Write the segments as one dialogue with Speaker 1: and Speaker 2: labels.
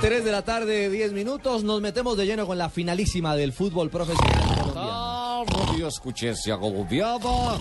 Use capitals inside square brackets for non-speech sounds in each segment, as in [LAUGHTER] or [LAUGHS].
Speaker 1: 3 de la tarde, 10 minutos. Nos metemos de lleno con la finalísima del fútbol profesional colombiano.
Speaker 2: Ah, Radio Escuchencia Colombiana.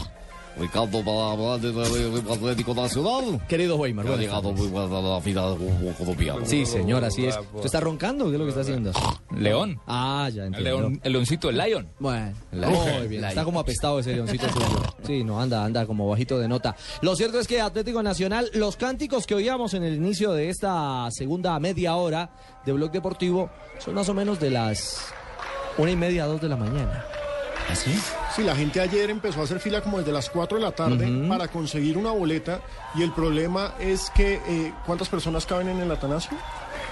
Speaker 2: Ricardo para hablar de- de de Atlético Nacional.
Speaker 1: Querido Weimar,
Speaker 2: Que ha
Speaker 1: buenas
Speaker 2: llegado
Speaker 1: tardes.
Speaker 2: muy buena la final con- con colombiana.
Speaker 1: Sí, señor, así es. ¿Usted está roncando? ¿Qué es lo que está haciendo?
Speaker 3: León.
Speaker 1: Ah, ya
Speaker 3: El,
Speaker 1: entiendo.
Speaker 3: león, el leoncito, el lion.
Speaker 1: Bueno,
Speaker 3: La-
Speaker 1: muy bien.
Speaker 3: la-
Speaker 1: Está como apestado ese leoncito suyo. Sí, no, anda, anda como bajito de nota. Lo cierto es que Atlético Nacional, los cánticos que oíamos en el inicio de esta segunda media hora de Blog Deportivo son más o menos de las una y media, dos de la mañana.
Speaker 4: ¿Ah,
Speaker 3: ¿Así?
Speaker 5: Sí, la gente ayer empezó a hacer fila como desde las 4 de la tarde para conseguir una boleta y el problema es que eh, ¿cuántas personas caben en el Atanasio?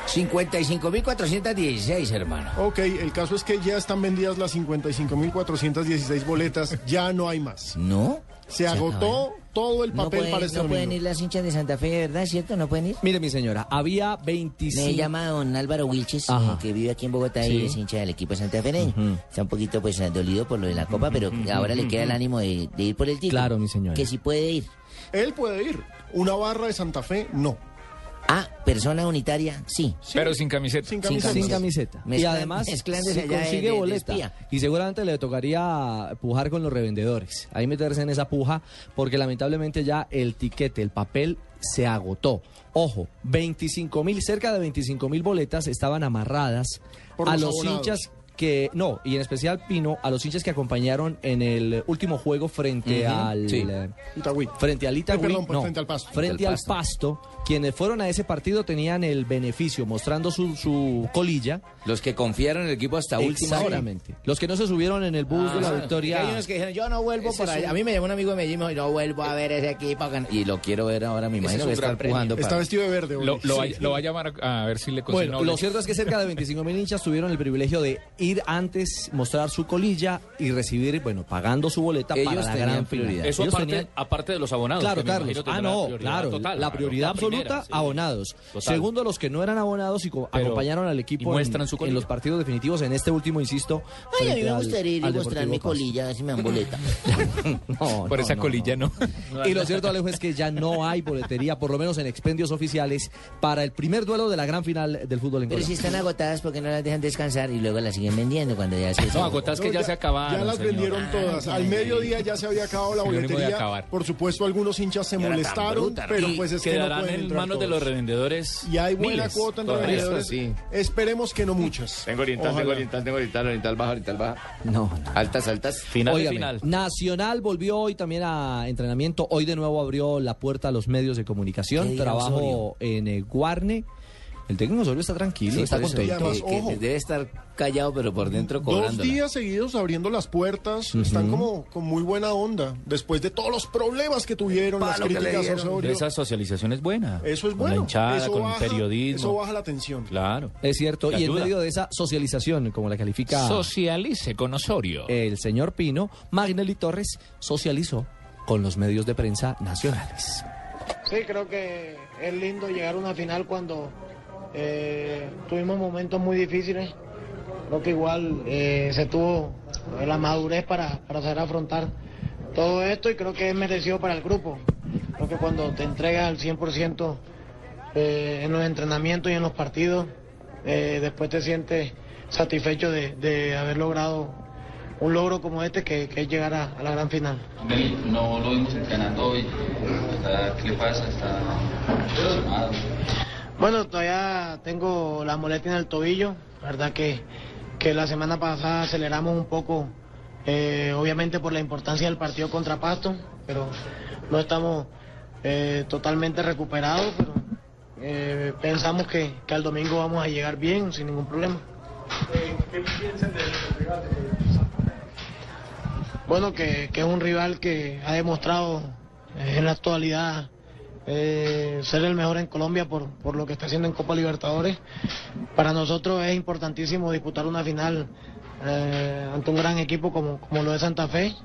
Speaker 4: 55.416, hermano.
Speaker 5: Ok, el caso es que ya están vendidas las 55.416
Speaker 4: [LAUGHS]
Speaker 5: boletas, ya no hay más.
Speaker 4: ¿No?
Speaker 5: Se agotó todo el
Speaker 4: Pues, No,
Speaker 5: papel
Speaker 4: pueden,
Speaker 5: para este
Speaker 4: no pueden
Speaker 5: domingo.
Speaker 4: ir las hinchas de Santa Fe, ¿verdad? ¿Cierto? ¿No pueden ir?
Speaker 1: Mire, mi señora, había
Speaker 4: Me
Speaker 1: 25.
Speaker 4: llama don Álvaro Wilches, eh,
Speaker 1: Ajá.
Speaker 4: que vive aquí en Bogotá y es hincha del equipo santafereño. Está un poquito pues dolido por lo de la copa, pero ahora le queda el ánimo de, de ir por el título.
Speaker 1: Claro, mi señora.
Speaker 4: Que si puede ir.
Speaker 5: Él puede ir, una barra de Santa Fe, no.
Speaker 4: Ah, persona unitaria, sí.
Speaker 5: Sí,
Speaker 3: Pero sin camiseta.
Speaker 5: sin camiseta.
Speaker 1: Sin camiseta. y
Speaker 4: Mezclan-
Speaker 1: además,
Speaker 4: mezclan desde
Speaker 1: si
Speaker 4: allá de-
Speaker 1: consigue
Speaker 4: de- de
Speaker 1: boleta.
Speaker 4: espía.
Speaker 1: y seguramente le tocaría pujar con los revendedores. Ahí meterse en esa puja, porque lamentablemente ya el tiquete, el papel, se agotó. Ojo, 25 mil, cerca de 25 mil boletas estaban amarradas
Speaker 5: Por
Speaker 1: a
Speaker 5: los
Speaker 1: los
Speaker 5: abonados.
Speaker 1: hinchas que, no, y en especial Pino, a los hinchas que acompañaron en el último juego frente al.
Speaker 3: sí.
Speaker 1: eh,
Speaker 5: Itagüí.
Speaker 1: Frente al Itagüí,
Speaker 5: Ay, perdón, pues,
Speaker 1: no,
Speaker 5: frente al Pasto.
Speaker 1: frente al Pasto, quienes fueron a ese partido tenían el beneficio, mostrando su, su colilla.
Speaker 6: Los que confiaron en el equipo hasta última hora.
Speaker 1: Exactamente. Los que no se subieron en el bus de la victoria.
Speaker 4: Hay unos que dijeron, yo no vuelvo para allá. A mí me llamó un amigo de Medellín y me dijo, yo vuelvo a ver ese equipo. que no-".
Speaker 6: Y lo quiero ver ahora, me
Speaker 3: es
Speaker 6: imagino que
Speaker 3: un
Speaker 6: está
Speaker 3: gran premio.
Speaker 6: empujando
Speaker 5: Está
Speaker 6: para...
Speaker 5: vestido de verde.
Speaker 3: Lo,
Speaker 5: hoy.
Speaker 3: lo va,
Speaker 5: Sí.
Speaker 3: lo va a llamar a, a ver si le consigue
Speaker 1: Bueno, lo cierto es que cerca de 25 mil hinchas tuvieron el privilegio de ir antes, mostrar su colilla y recibir, bueno, pagando su boleta para
Speaker 6: Ellos
Speaker 1: la
Speaker 6: tenían
Speaker 1: gran final.
Speaker 6: prioridad.
Speaker 7: Eso
Speaker 1: Ellos
Speaker 7: aparte,
Speaker 1: tenían-
Speaker 7: aparte de los abonados.
Speaker 1: Claro,
Speaker 7: que me
Speaker 1: Carlos.
Speaker 7: imagino
Speaker 1: Ah,
Speaker 7: tendrán
Speaker 1: no,
Speaker 7: prioridad
Speaker 1: claro.
Speaker 7: total,
Speaker 1: la
Speaker 7: claro,
Speaker 1: prioridad absoluta,
Speaker 7: primera, sí.
Speaker 1: abonados.
Speaker 7: Total.
Speaker 1: Segundo, los que no eran abonados y co-
Speaker 7: Pero-
Speaker 1: acompañaron al equipo
Speaker 7: y muestran
Speaker 1: en,
Speaker 7: su
Speaker 1: en
Speaker 7: colilla.
Speaker 1: los partidos definitivos. En este último, insisto.
Speaker 4: Ay, a mí
Speaker 1: frente
Speaker 4: me
Speaker 1: al-
Speaker 4: gustaría ir y
Speaker 1: al
Speaker 4: mostrar
Speaker 1: Deportivo
Speaker 4: mi
Speaker 1: Pasto.
Speaker 4: colilla, a ver si me dan boleta.
Speaker 1: No,
Speaker 3: Por
Speaker 1: no,
Speaker 3: esa
Speaker 1: no,
Speaker 3: colilla
Speaker 1: no.
Speaker 3: no.
Speaker 1: Y lo cierto, Alejo, es que ya no hay boletería, por lo menos en expendios oficiales, para el primer duelo de la gran final del fútbol en
Speaker 4: Pero si
Speaker 1: Colombia.
Speaker 4: están agotadas, porque no las dejan descansar y luego las siguen vendiendo cuando ya se...
Speaker 7: No, agotadas que
Speaker 5: No,
Speaker 7: ya, se acabaron.
Speaker 5: Ya las
Speaker 7: señor. Ah,
Speaker 5: vendieron todas. Al mediodía ya se había acabado la
Speaker 3: Sinónimo de
Speaker 5: boletería.
Speaker 3: acabar.
Speaker 5: Por supuesto, algunos hinchas se molestaron, pero
Speaker 7: Y
Speaker 5: pues es que no
Speaker 7: quedarán
Speaker 5: pueden
Speaker 7: en
Speaker 5: entrar
Speaker 7: manos de
Speaker 5: todos.
Speaker 7: los revendedores.
Speaker 5: Y hay buena
Speaker 7: miles,
Speaker 5: cuota en
Speaker 7: todavía.
Speaker 5: revendedores. Esperemos que no muchas.
Speaker 6: Tengo oriental,
Speaker 5: Ojalá.
Speaker 6: tengo oriental, tengo oriental, oriental baja, oriental baja.
Speaker 1: No, no.
Speaker 6: Altas, altas.
Speaker 7: Final de
Speaker 1: Óigame,
Speaker 7: final.
Speaker 1: Nacional volvió hoy también a entrenamiento. Hoy de nuevo abrió la puerta a los medios de
Speaker 4: ¿Qué
Speaker 1: comunicación.
Speaker 4: dirá
Speaker 1: Trabajo en eh, Guarne. El técnico Osorio está tranquilo,
Speaker 6: Sí,
Speaker 1: está
Speaker 6: por eso,
Speaker 1: contento.
Speaker 5: además,
Speaker 6: que- que
Speaker 5: ojo.
Speaker 6: debe estar callado, pero por dentro
Speaker 5: Dos
Speaker 6: cobrando.
Speaker 5: días seguidos abriendo las puertas, están como con muy buena onda, después de todos los problemas que tuvieron, las
Speaker 6: palo que le
Speaker 5: críticas a
Speaker 6: dieron.
Speaker 5: Osorio.
Speaker 7: Esa socialización es buena.
Speaker 5: Eso es
Speaker 7: Con la
Speaker 5: bueno.
Speaker 7: hinchada,
Speaker 5: eso
Speaker 7: con
Speaker 5: baja,
Speaker 7: el periodismo.
Speaker 5: Eso baja la tensión.
Speaker 7: Claro.
Speaker 1: Es cierto,
Speaker 7: Te
Speaker 1: y en
Speaker 7: ayuda.
Speaker 1: medio de esa socialización, como la califica
Speaker 3: Socialice con Osorio.
Speaker 7: Eh,
Speaker 1: el señor Pino, Magnelli Torres socializó con los medios de prensa nacionales.
Speaker 8: Sí, creo que es lindo llegar a una final cuando eh, tuvimos momentos muy difíciles. Creo que igual eh, se tuvo la madurez para, para saber afrontar todo esto y creo que es merecido para el grupo. Creo que cuando te entregas al 100% eh, en los entrenamientos y en los partidos, eh, después te sientes satisfecho de, de haber logrado un logro como este que, que es llegar a- a la gran final.
Speaker 9: No lo vimos entrenando hoy. Está- ¿Qué le pasa? Está lesionado.
Speaker 8: Bueno, todavía tengo la molestia en el tobillo. La verdad que, que la semana pasada aceleramos un poco, eh, obviamente por la importancia del partido contra Pasto, pero no estamos eh, totalmente recuperados, pero eh, pensamos que, que al domingo vamos a llegar bien, sin ningún problema. Bueno, que, que es un rival que ha demostrado eh, en la actualidad eh, ser el mejor en Colombia por, por lo que está haciendo en Copa Libertadores. Para nosotros es importantísimo disputar una final eh, ante un gran equipo como, como lo es Santa Fe.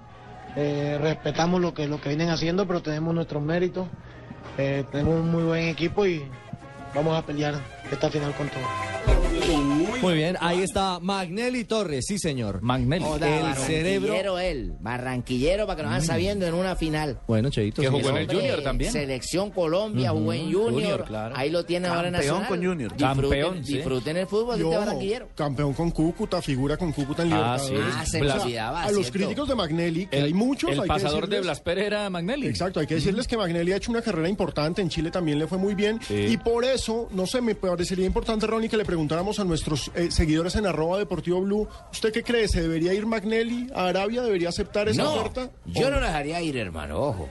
Speaker 8: Eh, respetamos lo que, lo que vienen haciendo, pero tenemos nuestros méritos. Eh, tenemos un muy buen equipo y vamos a pelear esta final con todo.
Speaker 9: Uy,
Speaker 1: Muy bien, ahí está Magnelli Torres, sí señor.
Speaker 7: Magnelli.
Speaker 4: Joda,
Speaker 1: El
Speaker 4: barranquillero
Speaker 1: cerebro.
Speaker 4: él, barranquillero para que nos van sabiendo en una final.
Speaker 1: Bueno, Cheito.
Speaker 7: Que
Speaker 1: sí,
Speaker 7: jugó en
Speaker 1: sí.
Speaker 7: el Junior también.
Speaker 4: Selección Colombia, jugó en Junior.
Speaker 7: Junior, claro.
Speaker 4: Ahí lo tiene ahora
Speaker 6: Campeón
Speaker 4: Nacional.
Speaker 6: con Junior.
Speaker 4: Disfruten,
Speaker 7: Campeón, sí.
Speaker 4: disfruten el fútbol de
Speaker 5: Y
Speaker 4: este
Speaker 5: ojo,
Speaker 4: barranquillero.
Speaker 5: campeón con Cúcuta, figura con Cúcuta en
Speaker 7: Ah,
Speaker 5: Libertadores.
Speaker 4: Ah, se me
Speaker 5: O sea,
Speaker 4: olvidaba,
Speaker 5: a los
Speaker 4: cierto.
Speaker 5: críticos de Magnelli, que
Speaker 7: El,
Speaker 5: hay muchos.
Speaker 7: el
Speaker 5: hay que
Speaker 7: pasador de
Speaker 5: decirles-
Speaker 7: Blas Pérez era Magnelli.
Speaker 5: Exacto, hay que decirles que Magnelli ha hecho una carrera importante, en Chile también le fue muy bien y por eso, no sé, me parecería importante, Ronnie, que le preguntáramos a nuestros eh, seguidores en arroba deportivo blue, ¿usted qué cree? ¿Se debería ir Magnelli a Arabia? ¿Debería aceptar esa
Speaker 6: No,
Speaker 5: oferta?
Speaker 6: yo no lo dejaría ir, hermano, ojo.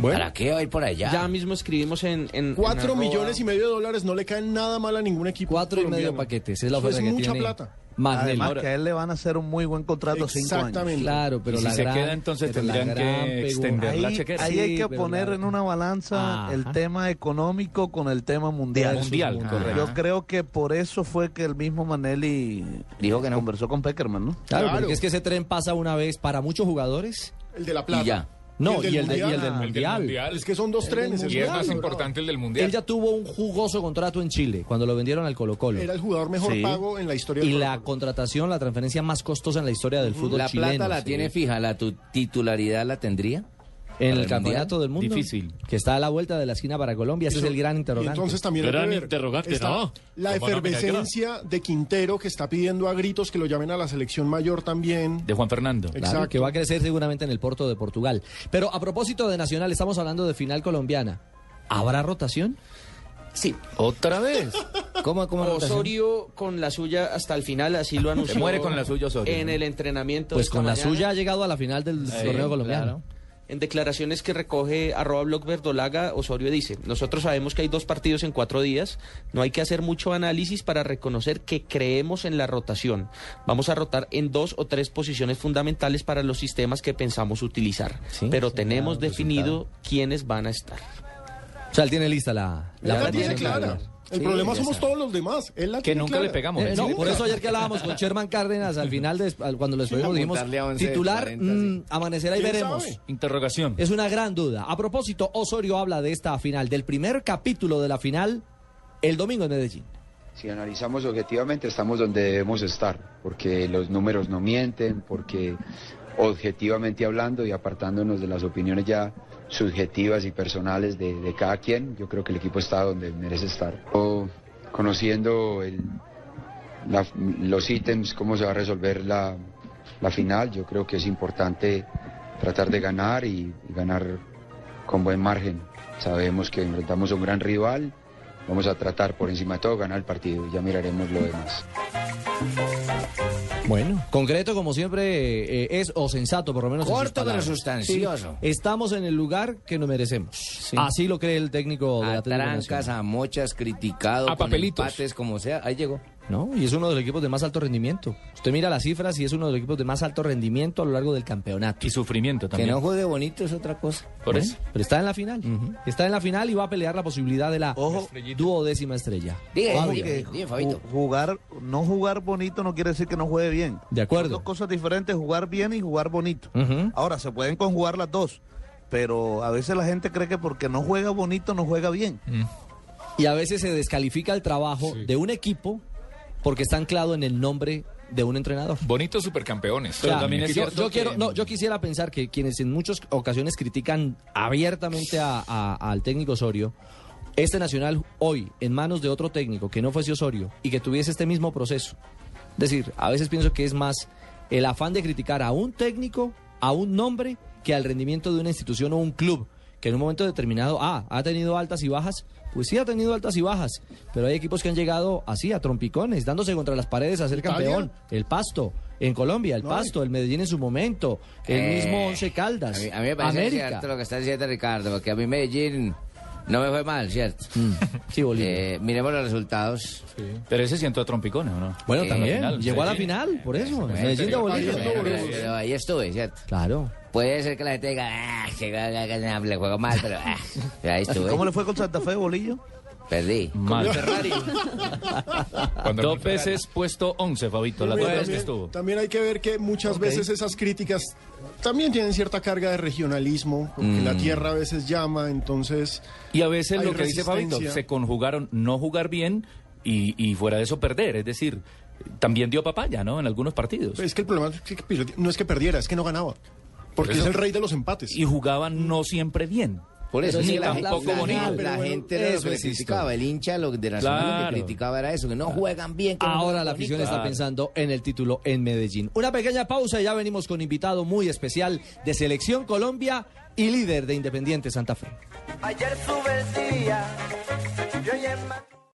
Speaker 6: ¿Para qué va a ir por allá?
Speaker 10: Ya mismo escribimos en... en
Speaker 5: Cuatro
Speaker 10: en arroba.
Speaker 5: millones y medio de dólares no le caen nada mal a ningún equipo
Speaker 1: Cuatro y
Speaker 5: colombiano.
Speaker 1: medio paquetes, es la
Speaker 5: Eso
Speaker 1: oferta
Speaker 5: es
Speaker 1: que
Speaker 5: mucha
Speaker 1: tiene
Speaker 5: plata.
Speaker 1: Magnelli.
Speaker 10: Además que a él le van a hacer un muy buen contrato, cinco años.
Speaker 5: Exactamente.
Speaker 1: Claro, pero
Speaker 7: Y si
Speaker 1: la
Speaker 7: se
Speaker 1: gran-
Speaker 7: queda, entonces
Speaker 1: pero la
Speaker 7: tendrían que
Speaker 1: gran pegó-
Speaker 7: extender
Speaker 10: Ahí,
Speaker 7: la chequera.
Speaker 10: ahí hay
Speaker 1: Sí,
Speaker 10: que
Speaker 1: pero
Speaker 10: poner
Speaker 1: la-
Speaker 10: en una balanza
Speaker 1: Ajá.
Speaker 10: el tema económico con el tema mundial.
Speaker 7: Mundial,
Speaker 10: Yo
Speaker 7: correcto.
Speaker 10: creo que por eso fue que el mismo Manelli
Speaker 6: Dijo que no.
Speaker 10: conversó con Peckerman, ¿no?
Speaker 1: Claro,
Speaker 5: Claro.
Speaker 1: porque es que ese tren pasa una vez para muchos jugadores.
Speaker 5: El de la plata.
Speaker 6: Y ya.
Speaker 1: No, y el, de- y el del
Speaker 5: mundial. Ah,
Speaker 3: El del
Speaker 1: mundial.
Speaker 3: mundial.
Speaker 5: Es que son dos trenes.
Speaker 3: Y es
Speaker 5: verdad,
Speaker 3: más
Speaker 5: ¿no?
Speaker 3: importante el del
Speaker 1: Él
Speaker 3: mundial.
Speaker 1: ya tuvo un jugoso contrato en Chile cuando lo vendieron al Colo Colo.
Speaker 5: Era el jugador mejor
Speaker 10: Sí.
Speaker 5: pago en la historia
Speaker 1: Y
Speaker 5: del
Speaker 1: la
Speaker 5: fútbol.
Speaker 1: contratación, la transferencia más costosa en la historia del fútbol
Speaker 6: La
Speaker 1: chileno.
Speaker 6: plata la
Speaker 1: sí.
Speaker 6: tiene fija, la tu- titularidad la tendría.
Speaker 1: En
Speaker 6: para
Speaker 1: el
Speaker 6: el
Speaker 1: campeonato del mundo.
Speaker 7: Difícil.
Speaker 1: Que está a la vuelta de la esquina para Colombia. Ese es el gran
Speaker 5: Y
Speaker 1: interrogante.
Speaker 5: entonces también hay
Speaker 7: Gran
Speaker 5: que ver,
Speaker 7: interrogante,
Speaker 5: está
Speaker 7: ¿no?
Speaker 5: La
Speaker 7: ¿Cómo no,
Speaker 5: efervescencia de Quintero que está pidiendo a gritos que lo llamen a la selección mayor también.
Speaker 7: De Juan Fernando.
Speaker 1: Claro,
Speaker 5: Exacto.
Speaker 1: que va a crecer seguramente en el Porto de Portugal. Pero a propósito de Nacional, estamos hablando de final colombiana. ¿Habrá rotación?
Speaker 6: Sí.
Speaker 7: ¿Otra vez?
Speaker 6: ¿Cómo, cómo
Speaker 10: Osorio con la suya hasta el final, así lo anunció.
Speaker 7: muere con la suya Osorio. en el
Speaker 10: entrenamiento.
Speaker 1: Pues con la suya ha llegado a la final del torneo colombiano.
Speaker 10: En declaraciones que recoge arroba blog verdolaga, Osorio dice, nosotros sabemos que hay dos partidos en cuatro días, no hay que hacer mucho análisis para reconocer que creemos en la rotación. Vamos a rotar en dos o tres posiciones fundamentales para los sistemas que pensamos utilizar,
Speaker 1: Sí,
Speaker 10: pero
Speaker 1: sí,
Speaker 10: tenemos
Speaker 1: claro,
Speaker 10: definido quiénes van a estar.
Speaker 1: O sea, él tiene lista la,
Speaker 5: Él la,
Speaker 1: formación
Speaker 5: tiene clara.
Speaker 1: titular.
Speaker 5: El problema somos todos los demás. Él la
Speaker 7: Que
Speaker 5: tiene
Speaker 7: nunca
Speaker 5: clara.
Speaker 7: le pegamos.
Speaker 1: Eh, no,
Speaker 7: Sí,
Speaker 1: por eso ayer que hablábamos con Sherman Cárdenas al final, de- al- cuando les fuimos, dijimos
Speaker 6: apuntarle a once de
Speaker 1: titular,
Speaker 6: 40,
Speaker 1: mm, amanecerá y
Speaker 5: ¿Quién
Speaker 1: veremos.
Speaker 5: sabe?
Speaker 7: Interrogación.
Speaker 1: Es una gran duda. A propósito, Osorio habla de esta final, del primer capítulo de la final, el domingo en Medellín.
Speaker 9: Si analizamos objetivamente, estamos donde debemos estar, porque los números no mienten, porque objetivamente hablando y apartándonos de las opiniones ya subjetivas y personales de, de cada quien, yo creo que el equipo está donde merece estar. O, conociendo el- la- los ítems, cómo se va a resolver la, la final, yo creo que es importante tratar de ganar y- y ganar con buen margen. Sabemos que enfrentamos a un gran rival. Vamos a tratar por encima de todo ganar el partido y ya miraremos lo demás.
Speaker 1: Bueno, concreto como siempre eh, es, o sensato por lo menos. en sus
Speaker 6: Corto, pero
Speaker 1: palabras.
Speaker 6: sustancioso.
Speaker 1: Sí, estamos en el lugar que nos merecemos. Así lo cree el técnico de
Speaker 6: A
Speaker 1: Atlético
Speaker 6: trancas,
Speaker 1: Nacional.
Speaker 6: a mochas, criticado,
Speaker 3: A
Speaker 6: con
Speaker 3: papelitos.
Speaker 6: empates, como sea. Ahí llegó.
Speaker 1: ¿no? Y es uno de los equipos de más alto rendimiento. Usted mira las cifras y es uno de los equipos de más alto rendimiento a lo largo del campeonato.
Speaker 7: Y sufrimiento
Speaker 6: Que
Speaker 7: también.
Speaker 6: no juegue bonito es otra cosa.
Speaker 7: Por eso.
Speaker 1: Pero está en la final. Está en la final y va a pelear la posibilidad de la
Speaker 10: Ojo.
Speaker 1: duodécima estrella.
Speaker 6: Diga,
Speaker 10: Ojo
Speaker 6: diga,
Speaker 10: que
Speaker 6: diga, Fabito.
Speaker 10: ju- jugar, no jugar bonito no quiere decir que no juegue bien.
Speaker 1: De acuerdo.
Speaker 10: Son dos cosas diferentes, jugar bien y jugar bonito.
Speaker 1: Ujú.
Speaker 10: Ahora, se pueden conjugar las dos, pero a veces la gente cree que porque no juega bonito no juega bien.
Speaker 1: Y a veces se descalifica el trabajo de un equipo porque está anclado en el nombre de un entrenador.
Speaker 3: Bonitos supercampeones.
Speaker 1: O sea,
Speaker 7: también es
Speaker 1: yo,
Speaker 7: cierto
Speaker 1: yo
Speaker 7: que-
Speaker 1: quiero, no, yo quisiera pensar que quienes en muchas ocasiones critican abiertamente a- a- al técnico Osorio, este Nacional hoy en manos de otro técnico que no fuese Osorio y que tuviese este mismo proceso. Es decir, a veces pienso que es más el afán de criticar a un técnico, a un nombre, que al rendimiento de una institución o un club, que en un momento determinado, ah, ha tenido altas y bajas. Pues sí, ha tenido altas y bajas, pero hay equipos que han llegado así, a trompicones, dándose contra las paredes a ser
Speaker 5: Italia.
Speaker 1: campeón. El Pasto, en Colombia, el Pasto, el Medellín en su momento, el
Speaker 6: Eh,
Speaker 1: mismo Once Caldas,
Speaker 6: A mí, a mí me parece
Speaker 1: América.
Speaker 6: cierto lo que está diciendo Ricardo, porque a mí Medellín no me fue mal, ¿cierto?
Speaker 11: Mm.
Speaker 1: Sí, Bolivia.
Speaker 6: Eh, miremos los resultados.
Speaker 7: Pero ese siento a trompicones, ¿o no?
Speaker 1: bueno,
Speaker 6: eh,
Speaker 1: también,
Speaker 7: la final,
Speaker 1: llegó a la
Speaker 7: sí.
Speaker 1: final, por eso, Medellín de
Speaker 6: Pero-
Speaker 7: eh,
Speaker 1: Bolivia.
Speaker 6: pero- pero ahí estuve, ¿cierto?
Speaker 1: Claro.
Speaker 6: Puede ser que la gente diga, ah, que que- que- que- le juego mal, pero ah,
Speaker 11: [LAUGHS]
Speaker 6: pero ahí estuve.
Speaker 10: ¿Cómo le fue con Santa Fe, Bolillo?
Speaker 6: Perdí.
Speaker 7: Mal. [LAUGHS]
Speaker 3: Cuando
Speaker 7: Dos veces puesto 11, Fabito, las dos
Speaker 5: Bueno,
Speaker 7: veces que
Speaker 5: también,
Speaker 7: estuvo.
Speaker 5: también hay que ver que muchas veces esas críticas también tienen cierta carga de regionalismo, porque
Speaker 7: Mm.
Speaker 5: la tierra a veces llama, entonces...
Speaker 7: Y a veces
Speaker 5: Hay
Speaker 7: lo que dice Fabito,
Speaker 5: resistencia.
Speaker 7: se conjugaron no jugar bien y, y fuera de eso perder. Es decir, también dio papaya, ¿no? En algunos partidos.
Speaker 5: Es que el problema es que perdi- no es que perdiera, es que no ganaba. Porque
Speaker 7: eso.
Speaker 5: es el rey de los empates.
Speaker 7: Y jugaban no siempre bien. Por eso,
Speaker 5: Pero
Speaker 7: ni
Speaker 5: sí, la-
Speaker 7: tampoco
Speaker 5: la-
Speaker 7: bonito.
Speaker 5: la-
Speaker 11: La
Speaker 5: Pero
Speaker 11: gente
Speaker 5: bueno,
Speaker 11: era lo
Speaker 5: eso
Speaker 11: que le
Speaker 5: existe.
Speaker 11: criticaba, el hincha lo de Nacional lo
Speaker 1: Claro.
Speaker 11: que criticaba era eso, que no juegan bien. que no
Speaker 1: Ahora
Speaker 11: juegan
Speaker 1: la afición
Speaker 11: bonito.
Speaker 6: Ah.
Speaker 1: está pensando en el título en Medellín. Una pequeña pausa y ya venimos con invitado muy especial de Selección Colombia y líder de Independiente Santa Fe.
Speaker 12: Ayer sube el día, y hoy es ma-